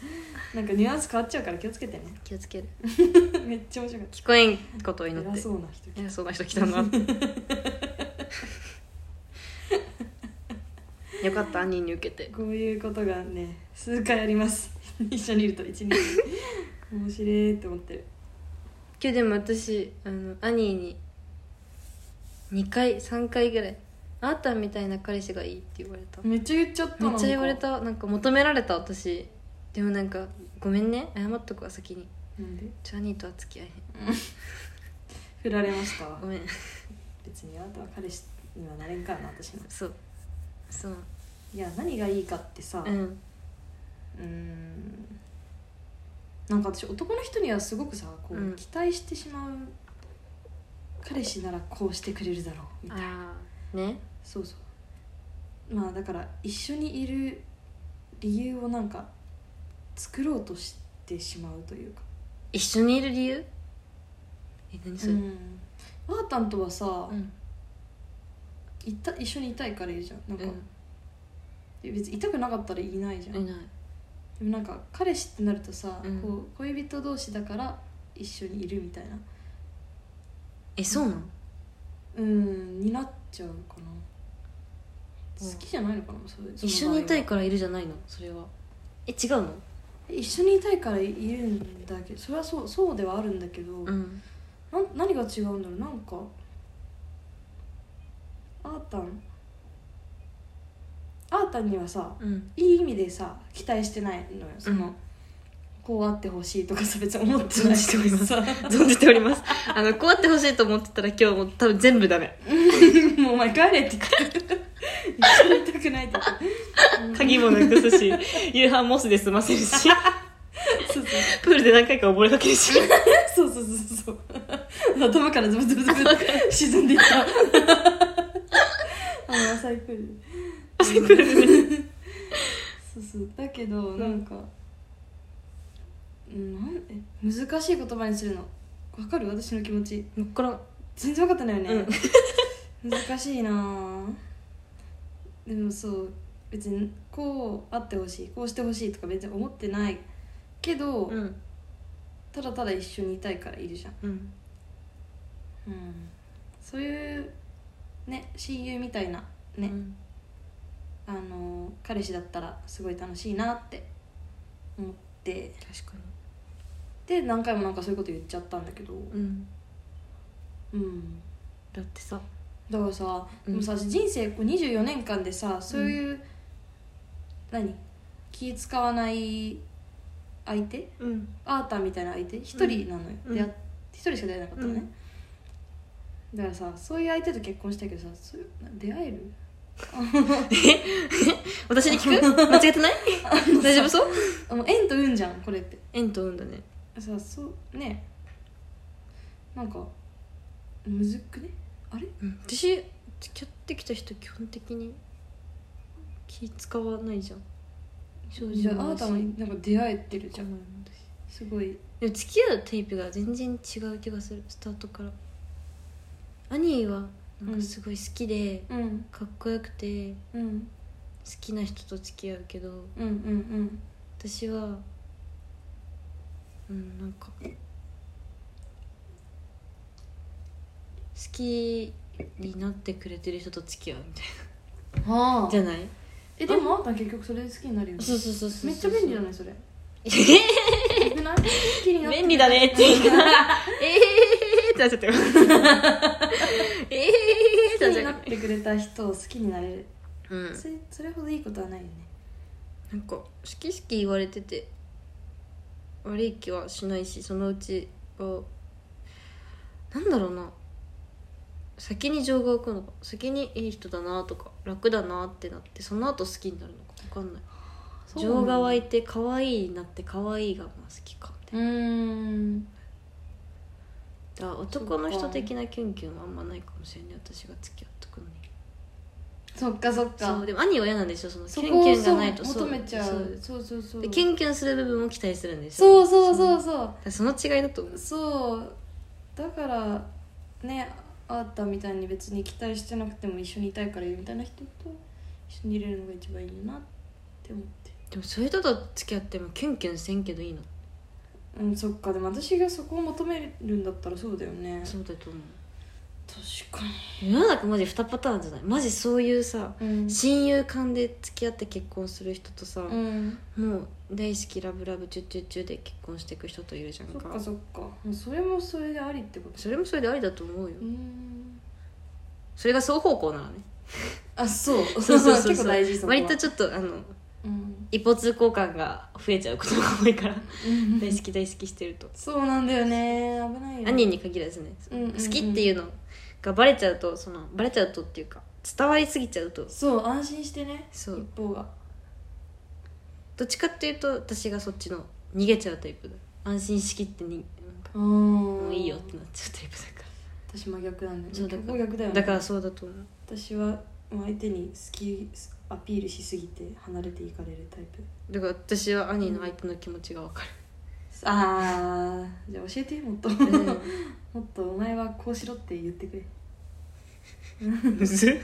[SPEAKER 2] なんかニュアンス変わっちゃうから気をつけてね [laughs]
[SPEAKER 1] 気をつける
[SPEAKER 2] めっちゃ面白かっ
[SPEAKER 1] 聞こえんことを
[SPEAKER 2] た
[SPEAKER 1] 祈っ
[SPEAKER 2] 偉
[SPEAKER 1] て
[SPEAKER 2] そうな人
[SPEAKER 1] 偉そうな人来たなって
[SPEAKER 2] [laughs]
[SPEAKER 1] よかった兄に受けて
[SPEAKER 2] こういうことがね数回あります [laughs] 一緒にいると一日面白いって思ってる
[SPEAKER 1] 今日でも私あの兄に2回3回ぐらい「あなたみたいな彼氏がいい」って言われた
[SPEAKER 2] めっちゃ言っちゃった
[SPEAKER 1] めっちゃ言われたなんか求められた私でもなんか「ごめんね謝っとくわ先に
[SPEAKER 2] なんで
[SPEAKER 1] ちょ兄とは付き合えへん
[SPEAKER 2] 振られましたわ
[SPEAKER 1] ごめん
[SPEAKER 2] 別にあなたは彼氏にはなれんからな私の
[SPEAKER 1] そうそう
[SPEAKER 2] いや何がいいかってさ
[SPEAKER 1] う
[SPEAKER 2] うんーんなんか私男の人にはすごくさこう、
[SPEAKER 1] うん
[SPEAKER 2] 期待してしまう彼氏ならこうしてくれるだろうみたいな
[SPEAKER 1] ああね
[SPEAKER 2] そうそうまあだから一緒にいる理由をなんか作ろうとしてしまうというか
[SPEAKER 1] 一緒にいる理由え何それ、
[SPEAKER 2] んワータンとはさ、
[SPEAKER 1] うん
[SPEAKER 2] いた一緒にいたいからいるじゃんなんか、
[SPEAKER 1] う
[SPEAKER 2] 別にいたくなかったらいないじゃん、
[SPEAKER 1] んい
[SPEAKER 2] で
[SPEAKER 1] ない
[SPEAKER 2] もなんか彼氏ってなるとさ、
[SPEAKER 1] うん
[SPEAKER 2] こう恋人同士だから一緒にいるみたいな
[SPEAKER 1] えそうなの
[SPEAKER 2] うんになっちゃうかな
[SPEAKER 1] うん
[SPEAKER 2] 好きじゃないのかなそれそ
[SPEAKER 1] 一
[SPEAKER 2] の
[SPEAKER 1] 緒にいたい
[SPEAKER 2] 場合は
[SPEAKER 1] からいるじゃないのそれはえ違うの
[SPEAKER 2] 一緒にいたいからいるんだけどそれはそうそうではあるんだけど、
[SPEAKER 1] うん
[SPEAKER 2] なん何が違うんだろうなんかアータンアータンにはさ
[SPEAKER 1] うん
[SPEAKER 2] いい意味でさ期待してないのよその、
[SPEAKER 1] うん
[SPEAKER 2] こうあってほしいとかさ別に思ってない
[SPEAKER 1] 存じております
[SPEAKER 2] さ
[SPEAKER 1] 存じております [laughs] あのこうやってほしいと思ってたら今日もう多分全部ダメ
[SPEAKER 2] [laughs] もうお前帰れって言って一緒にいたくないって言って
[SPEAKER 1] 鍵もなくすし [laughs] 夕飯モスで済ませるし
[SPEAKER 2] そうそう
[SPEAKER 1] プールで何回か溺れかけ [laughs] るし
[SPEAKER 2] そうそうそうそう頭からズブズブズブって沈んでいった [laughs] あの浅いプー [laughs] ル
[SPEAKER 1] 朝来る
[SPEAKER 2] そうそうだけどなんか、うん、なんえ難しい言葉にするのわかる私の気持ち
[SPEAKER 1] のこから
[SPEAKER 2] 全然分かってないよね、難しいなぁでもそう別にこうあってほしいこうしてほしいとか別に思ってないけど、
[SPEAKER 1] うん
[SPEAKER 2] ただただ一緒にいたいからいるじゃん、
[SPEAKER 1] うん
[SPEAKER 2] うん、そういうね親友みたいなね、
[SPEAKER 1] うん
[SPEAKER 2] あの彼氏だったらすごい楽しいなって思って
[SPEAKER 1] 確か
[SPEAKER 2] で何回もなんかそういうこと言っちゃったんだけど
[SPEAKER 1] にうん
[SPEAKER 2] うん
[SPEAKER 1] だってさ
[SPEAKER 2] だからさ、
[SPEAKER 1] うん
[SPEAKER 2] でもさ人生こう24年間でさそういう、何気使わない相手
[SPEAKER 1] うん
[SPEAKER 2] アーターみたいな相手一人なのよ、
[SPEAKER 1] うん
[SPEAKER 2] であ一人しか出会えなかったのね、だからさそういう相手と結婚したいけどさそういう出会え
[SPEAKER 1] [laughs]
[SPEAKER 2] る
[SPEAKER 1] 私に聞 [laughs] く間違ってない大丈夫そう
[SPEAKER 2] あの縁と運じゃんこれって
[SPEAKER 1] 縁と運だね
[SPEAKER 2] さそうねなんかむずくねあれ
[SPEAKER 1] うん私付き合ってきた人基本的に気使わないじゃん正
[SPEAKER 2] じゃあ
[SPEAKER 1] な
[SPEAKER 2] あな
[SPEAKER 1] 話
[SPEAKER 2] たもなんか出会えてるじゃん
[SPEAKER 1] 思いもだし
[SPEAKER 2] すごい
[SPEAKER 1] でも付き合うタイプが全然違う気がするスタートから兄はなんかすごい好きで
[SPEAKER 2] うん
[SPEAKER 1] かっこよくて好
[SPEAKER 2] うん
[SPEAKER 1] きな人と付き合うけど
[SPEAKER 2] うんうん
[SPEAKER 1] 私はうんなんか好きになってくれてる人と付き合うみたい
[SPEAKER 2] うんは
[SPEAKER 1] なじ
[SPEAKER 2] あ
[SPEAKER 1] ゃない
[SPEAKER 2] えでもあんた結局それで好きになるよね
[SPEAKER 1] そうそうそうそう
[SPEAKER 2] めっちゃ便利じゃ
[SPEAKER 1] ね
[SPEAKER 2] ない [laughs] それよくない気になって
[SPEAKER 1] 便利だねって言いながら「ええー」ってなっちゃったよ
[SPEAKER 2] [laughs]
[SPEAKER 1] 「ええー」って
[SPEAKER 2] 好き
[SPEAKER 1] なっ
[SPEAKER 2] に
[SPEAKER 1] ちゃ
[SPEAKER 2] な
[SPEAKER 1] っ
[SPEAKER 2] ったてくれた人を好きになれる
[SPEAKER 1] うん
[SPEAKER 2] それそれほどいいことはないよね
[SPEAKER 1] なんか好き好き言われてて悪い気はしないしそのうちはなんだろうな先に情が湧くのか先にいい人だなとか楽だなってなってその後好きになるのか分かんない情が湧いて可愛いなって可愛いがまあ好きかみたいう
[SPEAKER 2] ーん
[SPEAKER 1] なだから男の人的なキュンキュンはあんまないかもしれない私が付き合ったくのに
[SPEAKER 2] そっかそっか
[SPEAKER 1] そうでも兄は嫌なんですよその
[SPEAKER 2] そ
[SPEAKER 1] キュン
[SPEAKER 2] こ
[SPEAKER 1] キ
[SPEAKER 2] を
[SPEAKER 1] ュン
[SPEAKER 2] そ
[SPEAKER 1] が
[SPEAKER 2] う
[SPEAKER 1] ないと
[SPEAKER 2] 求めちゃ
[SPEAKER 1] そう
[SPEAKER 2] そうそうそう
[SPEAKER 1] でキュンキュンする部分も期待するんです
[SPEAKER 2] そ
[SPEAKER 1] よ
[SPEAKER 2] うそうそう
[SPEAKER 1] だか
[SPEAKER 2] そ
[SPEAKER 1] らその違いだと思う
[SPEAKER 2] うそうだからねあったみたいに別に期待してなくても一緒にいたいからいるみたいな人と一緒にいれるのが一番いいなって思って
[SPEAKER 1] でもそういう人と付き合ってもキュンキュンせんけどいいの
[SPEAKER 2] うんそっかでも私がそこを求めるんだったらそうだよね
[SPEAKER 1] そうだと思う
[SPEAKER 2] 確か
[SPEAKER 1] 世の中マジ2パターンじゃないマジそういうさ
[SPEAKER 2] にうん
[SPEAKER 1] 親友間で付き合って結婚する人とさ、
[SPEAKER 2] うん、
[SPEAKER 1] もう大好きラブラブチュッチュッチュで結婚していく人といるじゃん
[SPEAKER 2] そっ
[SPEAKER 1] か
[SPEAKER 2] かそっかもうそれもそれでありってこと
[SPEAKER 1] それもそれでありだと思うよ、
[SPEAKER 2] うん
[SPEAKER 1] それが双方向ならね
[SPEAKER 2] あそう
[SPEAKER 1] そうそうそう
[SPEAKER 2] [laughs] 結構大事そこは
[SPEAKER 1] 割とちょっとあの
[SPEAKER 2] うん、
[SPEAKER 1] 一方通行感が増えちゃうことが多いから大好き大好きしてると
[SPEAKER 2] そうなんだよね危ないよね
[SPEAKER 1] 兄に限らずね、
[SPEAKER 2] うんうんうん
[SPEAKER 1] 好きっていうのがバレちゃうとそのバレちゃうとっていうか伝わりすぎちゃうと
[SPEAKER 2] そう安心してね
[SPEAKER 1] そう
[SPEAKER 2] 一方が
[SPEAKER 1] どっちかっていうと私がそっちの逃げちゃうタイプだ安心しきってになんか
[SPEAKER 2] うん
[SPEAKER 1] もういいよってなっちゃうタイプだか
[SPEAKER 2] 私真逆なんだ
[SPEAKER 1] そ
[SPEAKER 2] よね
[SPEAKER 1] うだから
[SPEAKER 2] 結構逆だよ
[SPEAKER 1] ら
[SPEAKER 2] ね
[SPEAKER 1] だからそうだと思う
[SPEAKER 2] 私はもう相手に好きアピールしすぎて離れていかれるタイプ
[SPEAKER 1] だから私は兄の相手の気持ちが分か
[SPEAKER 2] ああじゃあ教えてもっと
[SPEAKER 1] [laughs]
[SPEAKER 2] [laughs]
[SPEAKER 1] る、
[SPEAKER 2] もっとお前はこうしろって言ってくれ
[SPEAKER 1] むずっ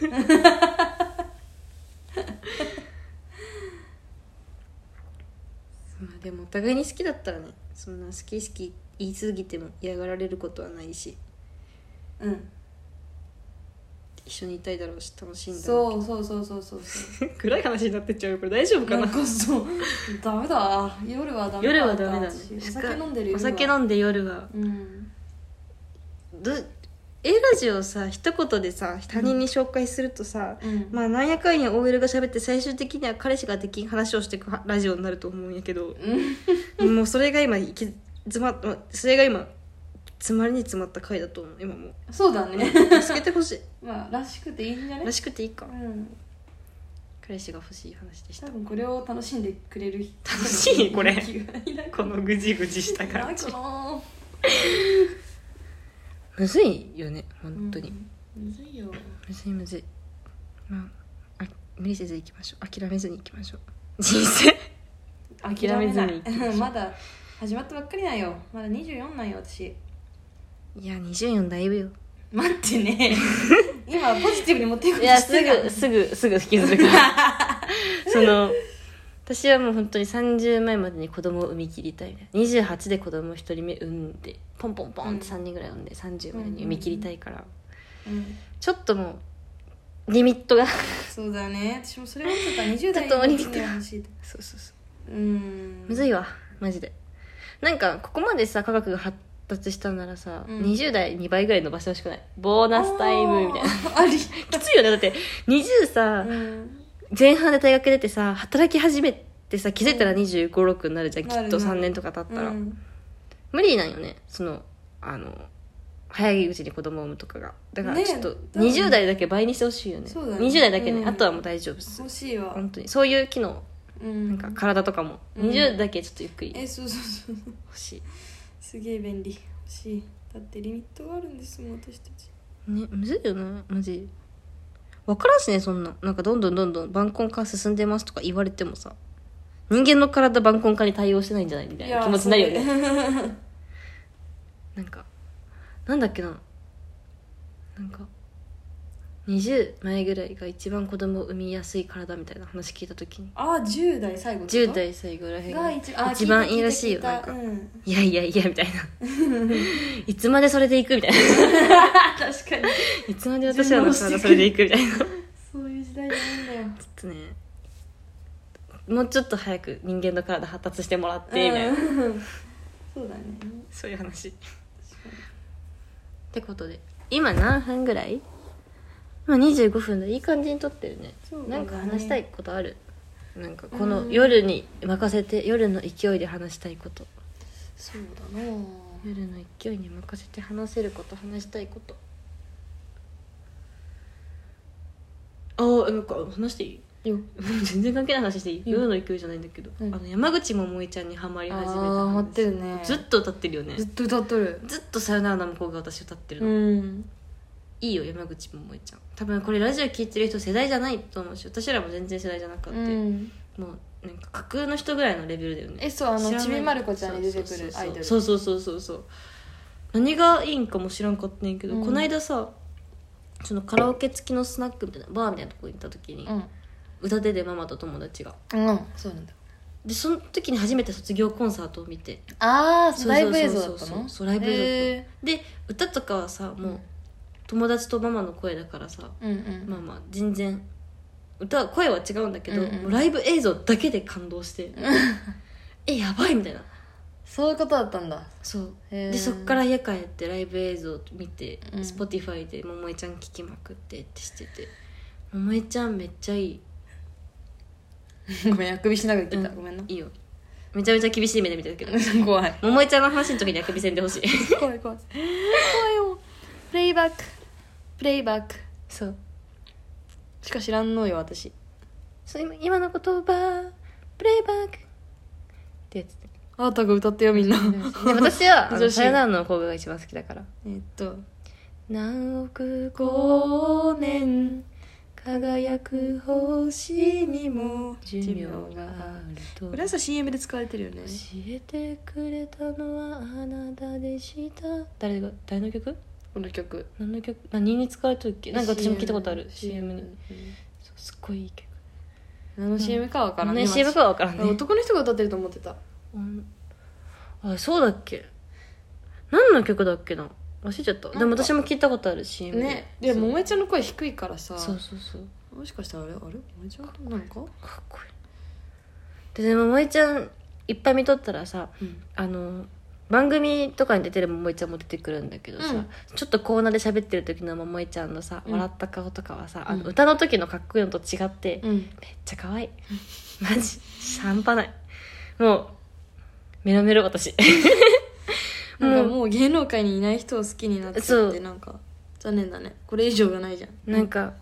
[SPEAKER 1] まあでもお互いに好きだったらねそんな好き好き言い過ぎても嫌がられることはないし
[SPEAKER 2] うん
[SPEAKER 1] 一緒にいたいだろうし楽しいんだろう
[SPEAKER 2] そうそうそうそうそうそう
[SPEAKER 1] けど暗い話になってっちゃうよこれ大丈夫か
[SPEAKER 2] な
[SPEAKER 1] なん
[SPEAKER 2] かそうダメだ夜はダメだ
[SPEAKER 1] 夜はダメだね
[SPEAKER 2] 私お酒飲んで
[SPEAKER 1] お
[SPEAKER 2] る夜は
[SPEAKER 1] 酒飲んで夜は
[SPEAKER 2] うん
[SPEAKER 1] ど A ラジオをさ一言でさ他人に紹介するとさ、
[SPEAKER 2] うん
[SPEAKER 1] まあなんやかんや OL が喋って最終的には彼氏ができん話をしてくはラジオになると思うんやけど
[SPEAKER 2] うん
[SPEAKER 1] もうそれが今行き詰まっそれが今詰まりに詰まった回だと思う今もう
[SPEAKER 2] そうだね
[SPEAKER 1] 助けて [laughs] ほしい
[SPEAKER 2] [laughs] まあらしくていいんじゃね
[SPEAKER 1] らしくていいか
[SPEAKER 2] うん
[SPEAKER 1] 彼氏が欲しい話でし
[SPEAKER 2] 多
[SPEAKER 1] た
[SPEAKER 2] 分これを楽しんでくれる人
[SPEAKER 1] 楽しいこれ
[SPEAKER 2] [laughs] 気がいない
[SPEAKER 1] [laughs] このぐじぐじした
[SPEAKER 2] かな
[SPEAKER 1] 感じ
[SPEAKER 2] この
[SPEAKER 1] [laughs] むずいよね本当に、
[SPEAKER 2] うんむずいよ
[SPEAKER 1] むずいむずいまああ無理せず行きましょう諦めずに行きましょう人 [laughs] 生諦めずに行きましょう
[SPEAKER 2] [laughs] まだ始まったばっかりなんよまだ24なんよ私
[SPEAKER 1] いや24だいぶよ
[SPEAKER 2] 待っ
[SPEAKER 1] [laughs]
[SPEAKER 2] てね今ポジティブに持っていこう
[SPEAKER 1] い
[SPEAKER 2] と
[SPEAKER 1] や
[SPEAKER 2] し
[SPEAKER 1] す
[SPEAKER 2] てたが
[SPEAKER 1] ぐすぐすぐ引きずるから
[SPEAKER 2] [laughs]
[SPEAKER 1] その私はもう本当に30前までに子供を産み切りたいみたいな28で子供一人目産んでポンポンポンって3人ぐらい産んで30までに産み切りたいから、
[SPEAKER 2] [laughs] うん
[SPEAKER 1] ちょっともうリミットが
[SPEAKER 2] そうだね私もそれ
[SPEAKER 1] [laughs]
[SPEAKER 2] 思ってた20代
[SPEAKER 1] ちょっと降りてき
[SPEAKER 2] に
[SPEAKER 1] た
[SPEAKER 2] 欲しいと
[SPEAKER 1] そうそうそう
[SPEAKER 2] うん
[SPEAKER 1] むずいわマジでなんかここまでさ科学が発達したならさ、
[SPEAKER 2] うん
[SPEAKER 1] 20代2倍ぐらい伸ばしてほしくないボーナスタイムみたいな
[SPEAKER 2] あ
[SPEAKER 1] [laughs]
[SPEAKER 2] り
[SPEAKER 1] きついよねだって20さ、
[SPEAKER 2] うん
[SPEAKER 1] 前半で大学出てさ働き始めてさ気づいたら2 5 6になるじゃん、き
[SPEAKER 2] なる
[SPEAKER 1] っと
[SPEAKER 2] なる
[SPEAKER 1] 3年とか経ったら、
[SPEAKER 2] うん
[SPEAKER 1] 無理なんよねそのあの早いうちに子供を産むとかがだから
[SPEAKER 2] ね
[SPEAKER 1] ちょっと
[SPEAKER 2] だ
[SPEAKER 1] 20代だけ倍にしてほしいよね
[SPEAKER 2] そうだね
[SPEAKER 1] 20代だけね、
[SPEAKER 2] うん
[SPEAKER 1] あとはもう大丈夫です
[SPEAKER 2] 欲しいわ
[SPEAKER 1] 本当にそういう機能
[SPEAKER 2] な
[SPEAKER 1] なんか体とかも、
[SPEAKER 2] うん
[SPEAKER 1] 20だけちょっとゆっくり
[SPEAKER 2] えそうそうそうそう
[SPEAKER 1] 欲しい、
[SPEAKER 2] すげえ便利欲しいだってリミットがあるんですもん私たち
[SPEAKER 1] ねむずいよなマジ分からんしねそんななんかどんどんどんどん晩婚化進んでますとか言われてもさ人間の体晩婚化に対応してないんじゃないみたいな気持ちになるよね
[SPEAKER 2] ね
[SPEAKER 1] なんかなんだっけななんか20前ぐらいが一番子供を産みやすい体みたいな話聞いた時に
[SPEAKER 2] ああ10代最後ってこ
[SPEAKER 1] 10
[SPEAKER 2] と
[SPEAKER 1] 代最後らへん
[SPEAKER 2] が
[SPEAKER 1] が
[SPEAKER 2] 一あ
[SPEAKER 1] 一番いいらしいよ
[SPEAKER 2] 聞た聞
[SPEAKER 1] なん
[SPEAKER 2] た
[SPEAKER 1] か
[SPEAKER 2] うん
[SPEAKER 1] いやいやいやみたいないつまでそれでいくみたいな
[SPEAKER 2] 確かに
[SPEAKER 1] いつまで私らの体それでいくみたいなちょっ
[SPEAKER 2] そういう時代じゃないん
[SPEAKER 1] とねもうちょっと早く人間の体発達してもらって
[SPEAKER 2] だ
[SPEAKER 1] みたい
[SPEAKER 2] よ
[SPEAKER 1] な、
[SPEAKER 2] うんそうだね
[SPEAKER 1] そういう話っ
[SPEAKER 2] 確かに
[SPEAKER 1] てことで今何分ぐらい今25分でいい感じに撮ってるね
[SPEAKER 2] そうだね
[SPEAKER 1] なんか話したいことあるなんかこ
[SPEAKER 2] う
[SPEAKER 1] の
[SPEAKER 2] ん
[SPEAKER 1] 夜に任せて夜の勢いで話したいこと
[SPEAKER 2] そうだな
[SPEAKER 1] 夜の勢いに任せて話せること話したいことああなんか話してい [laughs] い
[SPEAKER 2] よ
[SPEAKER 1] 全然関係ない話していい、
[SPEAKER 2] うん
[SPEAKER 1] 夜の勢いじゃないんだけど、
[SPEAKER 2] うん
[SPEAKER 1] あの山口百恵ちゃんにハマり始めた
[SPEAKER 2] あーハマってるね
[SPEAKER 1] ずっと歌ってるよね
[SPEAKER 2] ずっと歌っとる
[SPEAKER 1] ずっと「さよならの向こう」が私歌ってるの、
[SPEAKER 2] ん
[SPEAKER 1] いいよ山口百恵ちゃん多分これラジオ聞いてる人世代じゃないと思うし私らも全然世代じゃなかった、
[SPEAKER 2] うん
[SPEAKER 1] もうなんか架空の人ぐらいのレベルだよね
[SPEAKER 2] えそうあ
[SPEAKER 1] 知
[SPEAKER 2] の
[SPEAKER 1] らない
[SPEAKER 2] ちびまる子ちゃんに出てくるアイドル
[SPEAKER 1] そうそうそうそうそうそうそう何がいいんかも知らんかったんやけど、
[SPEAKER 2] うん
[SPEAKER 1] こないださそのカラオケ付きのスナックみたいなバーみたいなとこ行った時に、
[SPEAKER 2] うん
[SPEAKER 1] 歌っててママと友達が
[SPEAKER 2] うんそうなんだ
[SPEAKER 1] でその時に初めて卒業コンサートを見て
[SPEAKER 2] ああ
[SPEAKER 1] そうそうそうそう
[SPEAKER 2] ライブ映像だった
[SPEAKER 1] そう
[SPEAKER 2] の
[SPEAKER 1] そうライブ映像だった
[SPEAKER 2] へ
[SPEAKER 1] で歌とかはさ
[SPEAKER 2] ー
[SPEAKER 1] もう友達とママの声だからさ、
[SPEAKER 2] うんうん
[SPEAKER 1] まあまあ全然歌声は違うんだけど、
[SPEAKER 2] うんうん
[SPEAKER 1] もうライブ映像だけで感動してえやばいみたいな
[SPEAKER 2] そういうことだったんだ
[SPEAKER 1] そう
[SPEAKER 2] で
[SPEAKER 1] でそっから家帰ってライブ映像見て、
[SPEAKER 2] うん
[SPEAKER 1] Spotify で百恵ちゃん聴きまくってってしてて百恵ちゃんめっちゃいい
[SPEAKER 2] ごめんあくびしながら聞いた
[SPEAKER 1] うん
[SPEAKER 2] ごめ
[SPEAKER 1] [laughs]
[SPEAKER 2] んない
[SPEAKER 1] いよめちゃめちゃ厳しい目で見てるけど
[SPEAKER 2] 怖い
[SPEAKER 1] 百恵ちゃんの話の時にあくびせんでほしい
[SPEAKER 2] 怖い怖い怖いよプレイバックプレイバック
[SPEAKER 1] そう
[SPEAKER 2] しか知らんのよ私
[SPEAKER 1] そう今今の言葉プレイバックってやつで
[SPEAKER 2] あなたが歌ってよみんな
[SPEAKER 1] で私 [laughs] は「あ
[SPEAKER 2] 女
[SPEAKER 1] の
[SPEAKER 2] 子
[SPEAKER 1] さよなら」の方が一番好きだから
[SPEAKER 2] えっと
[SPEAKER 1] 何億光年輝く星にも寿命があると
[SPEAKER 2] これはさ CM で使われてるよね
[SPEAKER 1] 教えてくれたのはあなたでした誰が誰の曲
[SPEAKER 2] この曲
[SPEAKER 1] 何の曲何に使われてるっけなんか私も聞いたことある CM に
[SPEAKER 2] うん
[SPEAKER 1] そうすっごいいい曲
[SPEAKER 2] 何の CM かわから
[SPEAKER 1] 何の
[SPEAKER 2] ん
[SPEAKER 1] CM かは分からんね
[SPEAKER 2] 男の人が歌ってると思ってた
[SPEAKER 1] うんあそうだっけ何の曲だっけな忘れちゃった
[SPEAKER 2] か
[SPEAKER 1] でも私も聞いたことある CM で
[SPEAKER 2] ねでももえちゃんの声低いからさ
[SPEAKER 1] そうそうそう
[SPEAKER 2] もしかしたらあれあれもえちゃんなのか
[SPEAKER 1] かっこいいででも萌ちゃんいっぱい見とったらさ
[SPEAKER 2] うん
[SPEAKER 1] あの番組とかに出てる桃井ちゃんも出てくるんだけどさ、
[SPEAKER 2] うん
[SPEAKER 1] ちょっとコーナーで喋ってる時の桃井ちゃんのさ、
[SPEAKER 2] うん
[SPEAKER 1] 笑った顔とかはさ、あの
[SPEAKER 2] うん
[SPEAKER 1] 歌の時のかっこいいのと違って、めっ
[SPEAKER 2] うん
[SPEAKER 1] ちゃ可愛い [laughs] マジ半端ないもうメロメロ私 [laughs]
[SPEAKER 2] なんか
[SPEAKER 1] も
[SPEAKER 2] もう芸能界にいない人を好きになっち
[SPEAKER 1] そ
[SPEAKER 2] ゃっ
[SPEAKER 1] う
[SPEAKER 2] てなんか残念だねこれ以上がないじゃん
[SPEAKER 1] うなんか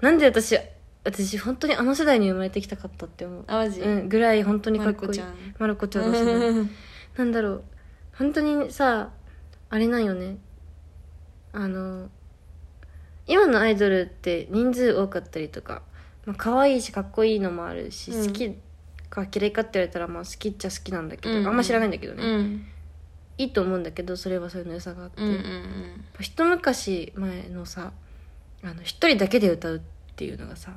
[SPEAKER 1] なんで私私本当にあの世代に生まれてきたかったって思う
[SPEAKER 2] あマジ
[SPEAKER 1] うん、ぐらい本当にかっこいい
[SPEAKER 2] まる子ちゃん
[SPEAKER 1] まる子ちゃんだしね
[SPEAKER 2] うん
[SPEAKER 1] なんだろう本当にさあれなんよねあの今のアイドルって人数多かったりとか、まあ可愛いしかっこいいのもあるし、
[SPEAKER 2] うん
[SPEAKER 1] 好きか嫌いかって言われたらまあ好きっちゃ好きなんだけど、
[SPEAKER 2] うんうん
[SPEAKER 1] あんま知らないんだけど
[SPEAKER 2] う
[SPEAKER 1] ね、
[SPEAKER 2] ん
[SPEAKER 1] いいと思うんだけどそれはそれの良さがあって、
[SPEAKER 2] うんうんう
[SPEAKER 1] やっ
[SPEAKER 2] ん
[SPEAKER 1] ぱ一昔前のさあの一人だけで歌うっていうのがさ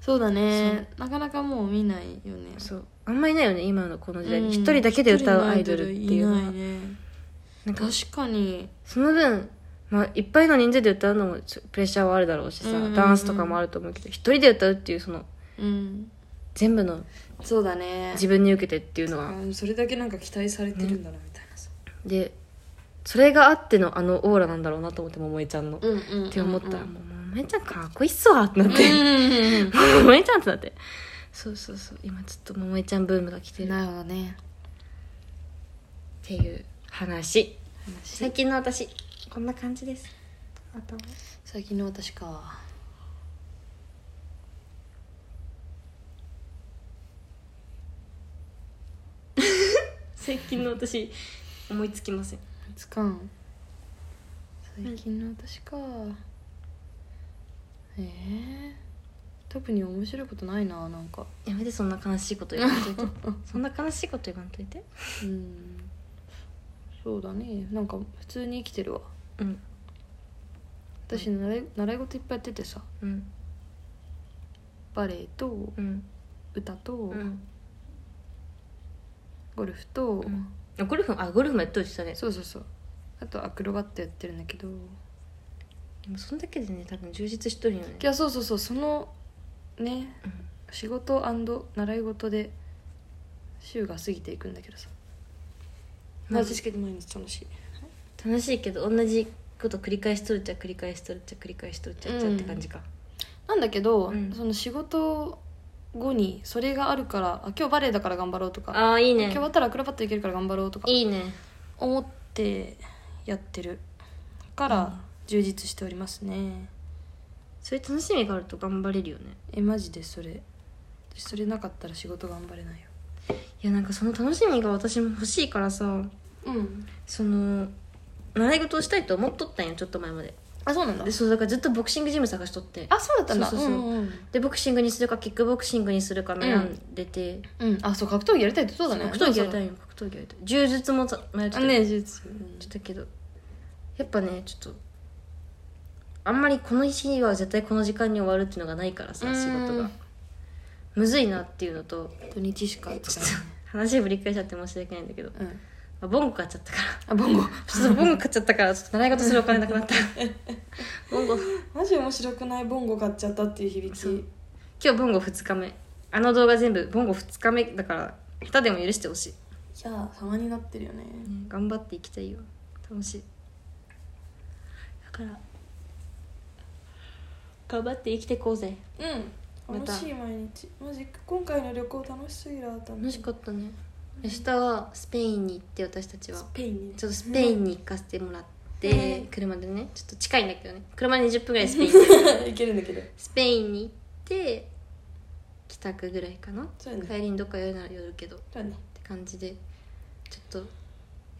[SPEAKER 2] そうだねなかなかもう見ないよね
[SPEAKER 1] そうあんまいないよね今のこの時代
[SPEAKER 2] うん
[SPEAKER 1] に一人だけで歌うアイドルっていうのは、
[SPEAKER 2] 一人のアイドルいないね
[SPEAKER 1] なんか
[SPEAKER 2] 確かに
[SPEAKER 1] その分、まあ、いっぱいの人数で歌うのもちょプレッシャーはあるだろうしさ、
[SPEAKER 2] うんうんうん
[SPEAKER 1] ダンスとかもあると思うけど一人で歌うっていうその
[SPEAKER 2] うん
[SPEAKER 1] 全部の
[SPEAKER 2] そうだね
[SPEAKER 1] 自分に受けてっていうのは、
[SPEAKER 2] あそれだけなんか期待されてるんだなみたいなさ
[SPEAKER 1] でそれがあってのあのオーラなんだろうなと思って桃江ちゃんの、っ
[SPEAKER 2] うんうん
[SPEAKER 1] て思ったら、
[SPEAKER 2] うん
[SPEAKER 1] もう桃江ちゃんかっこいいっすわってなって、
[SPEAKER 2] [laughs] うん
[SPEAKER 1] 桃江ちゃんってなってそうそうそう今ちょっと桃江ちゃんブームが来てるっ
[SPEAKER 2] なるほどね
[SPEAKER 1] ていう話
[SPEAKER 2] 話
[SPEAKER 1] 最近の私こんな感じですあと
[SPEAKER 2] 最近の私か
[SPEAKER 1] 最近の私思いつきません
[SPEAKER 2] つかん最近の私かええ特に面白いことないななんか
[SPEAKER 1] やめてそんな悲しいこと言わんとい [laughs] てそんな悲しいこと言わんといて
[SPEAKER 2] うんそうだねなんか普通に生きてるわ
[SPEAKER 1] うん
[SPEAKER 2] 私習い習い事いっぱいやっててさ
[SPEAKER 1] うん
[SPEAKER 2] バレエと
[SPEAKER 1] うん
[SPEAKER 2] 歌と
[SPEAKER 1] うん
[SPEAKER 2] ゴルフと、
[SPEAKER 1] あゴルフもあゴルフもやっとるしさね
[SPEAKER 2] そうそうそうあとアクロバットやってるんだけど
[SPEAKER 1] でもそんだけでね多分充実しとるよね
[SPEAKER 2] いやそうそうそうそのね
[SPEAKER 1] うん
[SPEAKER 2] 仕事習い事で週が過ぎていくんだけどさ
[SPEAKER 1] まあ
[SPEAKER 2] けど毎日楽しい
[SPEAKER 1] 楽しいけど同じこと繰り返しとるっちゃ繰り返しとるっちゃ繰り返しとるっちゃっちゃって感じか、
[SPEAKER 2] なんだけど、
[SPEAKER 1] うん
[SPEAKER 2] その仕事後にそれがあるからあ今日バレエだから頑張ろうとか、
[SPEAKER 1] ああいい
[SPEAKER 2] 今
[SPEAKER 1] ね
[SPEAKER 2] 日終わったらアクロバットいけるから頑張ろうとか
[SPEAKER 1] いいね
[SPEAKER 2] 思ってやってるから充実しておりますね
[SPEAKER 1] そういう楽しみがあると頑張れるよね
[SPEAKER 2] えマジでそれ私それなかったら仕事頑張れないよ
[SPEAKER 1] いやなんかその楽しみが私も欲しいからさ
[SPEAKER 2] うん
[SPEAKER 1] その習い事をしたいと思っとったんよちょっと前まで
[SPEAKER 2] あそうなんだ
[SPEAKER 1] でそうだからずっとボクシングジム探しとって
[SPEAKER 2] あそうだったんだ
[SPEAKER 1] そうそうそうん
[SPEAKER 2] んん
[SPEAKER 1] でボクシングにするかキックボクシングにするか悩んでて、
[SPEAKER 2] うん、あそう格闘技やりたいってそうだね
[SPEAKER 1] 格闘技やりたいよ格闘技やりたい柔術もさ迷って
[SPEAKER 2] あ
[SPEAKER 1] た
[SPEAKER 2] ねえ術、
[SPEAKER 1] ちょっとけどやっぱねちょっとあんまりこの日は絶対この時間に終わるっていうのがないからさ
[SPEAKER 2] うん
[SPEAKER 1] 仕事がむずいなっていうのと
[SPEAKER 2] 土日しか
[SPEAKER 1] ちょっと話ぶり返しちゃって申し訳ないんだけど、
[SPEAKER 2] うん
[SPEAKER 1] まあ、ボンゴ買っちゃ
[SPEAKER 2] [laughs]
[SPEAKER 1] ったから
[SPEAKER 2] あボンゴ
[SPEAKER 1] ちょっとボンゴ買っちゃったからちょっと習い事するお金なくなった [laughs] ボンゴ
[SPEAKER 3] マジ面白くないボンゴ買っちゃったっていう響き
[SPEAKER 1] そう今日ボンゴ2日目あの動画全部ボンゴ2日目だから下手でも許してほしい、
[SPEAKER 3] いや様になってるよね
[SPEAKER 1] ね頑張っていきたいよ楽しいだから頑張って生きてこうぜ
[SPEAKER 3] うん
[SPEAKER 1] また
[SPEAKER 3] 楽しい毎日マジ今回の旅行楽しすぎだった
[SPEAKER 1] 楽しかったね明日はスペインに行って私たちは
[SPEAKER 3] スペインね
[SPEAKER 1] ちょっとスペインに行かせてもらって、
[SPEAKER 3] うん
[SPEAKER 1] 車でねちょっと近いんだけどね車で20分ぐらいスペイン
[SPEAKER 2] [laughs]
[SPEAKER 3] いけるんだけど
[SPEAKER 1] [laughs] スペインに行って帰宅ぐらいかな
[SPEAKER 3] そうやね
[SPEAKER 1] 帰りにどっか寄るなら寄るけどっ
[SPEAKER 3] そうやね
[SPEAKER 1] て感じでちょっと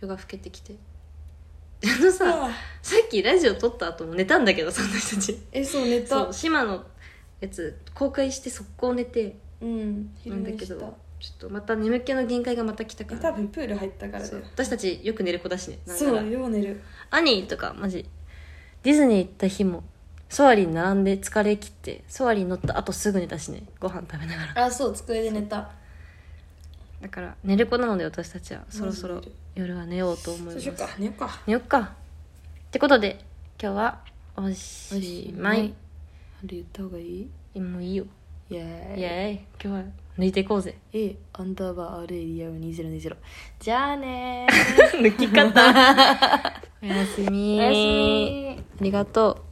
[SPEAKER 1] 夜が更けてきてあのさ
[SPEAKER 3] ああ
[SPEAKER 1] さっきラジオ撮った後も寝たんだけどその人たち
[SPEAKER 3] えそう寝
[SPEAKER 1] そ
[SPEAKER 3] た
[SPEAKER 1] う島のやつ公開して速攻寝て
[SPEAKER 3] うん
[SPEAKER 1] な
[SPEAKER 3] 昼
[SPEAKER 1] んだ
[SPEAKER 3] 寝
[SPEAKER 1] け
[SPEAKER 3] し
[SPEAKER 1] どちょ
[SPEAKER 3] た
[SPEAKER 1] っとまた眠気の限界がまた来たか
[SPEAKER 3] え
[SPEAKER 1] ら
[SPEAKER 3] 多分プール入ったからだ
[SPEAKER 1] そう
[SPEAKER 3] よ
[SPEAKER 1] 私たちよく寝る子だしねなんな
[SPEAKER 3] そ
[SPEAKER 1] ら
[SPEAKER 3] うよう寝る
[SPEAKER 1] アニーとかマジディズニー行った日もソアリン並んで疲れ切ってソアリン乗った後すぐ寝たしねご飯食べながら
[SPEAKER 3] あそう机で寝た
[SPEAKER 1] だから寝る子なので私たちはそろそ
[SPEAKER 3] マ
[SPEAKER 1] ろ
[SPEAKER 3] ジで
[SPEAKER 1] 夜は寝ようと思い
[SPEAKER 3] そ
[SPEAKER 1] ま
[SPEAKER 3] う
[SPEAKER 1] す
[SPEAKER 3] しようか寝ようか
[SPEAKER 1] 寝よっかってことで今日はおしまい
[SPEAKER 2] あれ言った方がいい
[SPEAKER 1] もういいよ
[SPEAKER 2] イエーイ
[SPEAKER 1] イエーイ今日は抜いていこう [laughs] ぜ
[SPEAKER 2] A アンダーバー RADIO2020 じゃあね
[SPEAKER 1] [laughs] 抜き方おやすみ
[SPEAKER 2] ーおやすみ
[SPEAKER 1] ありがとう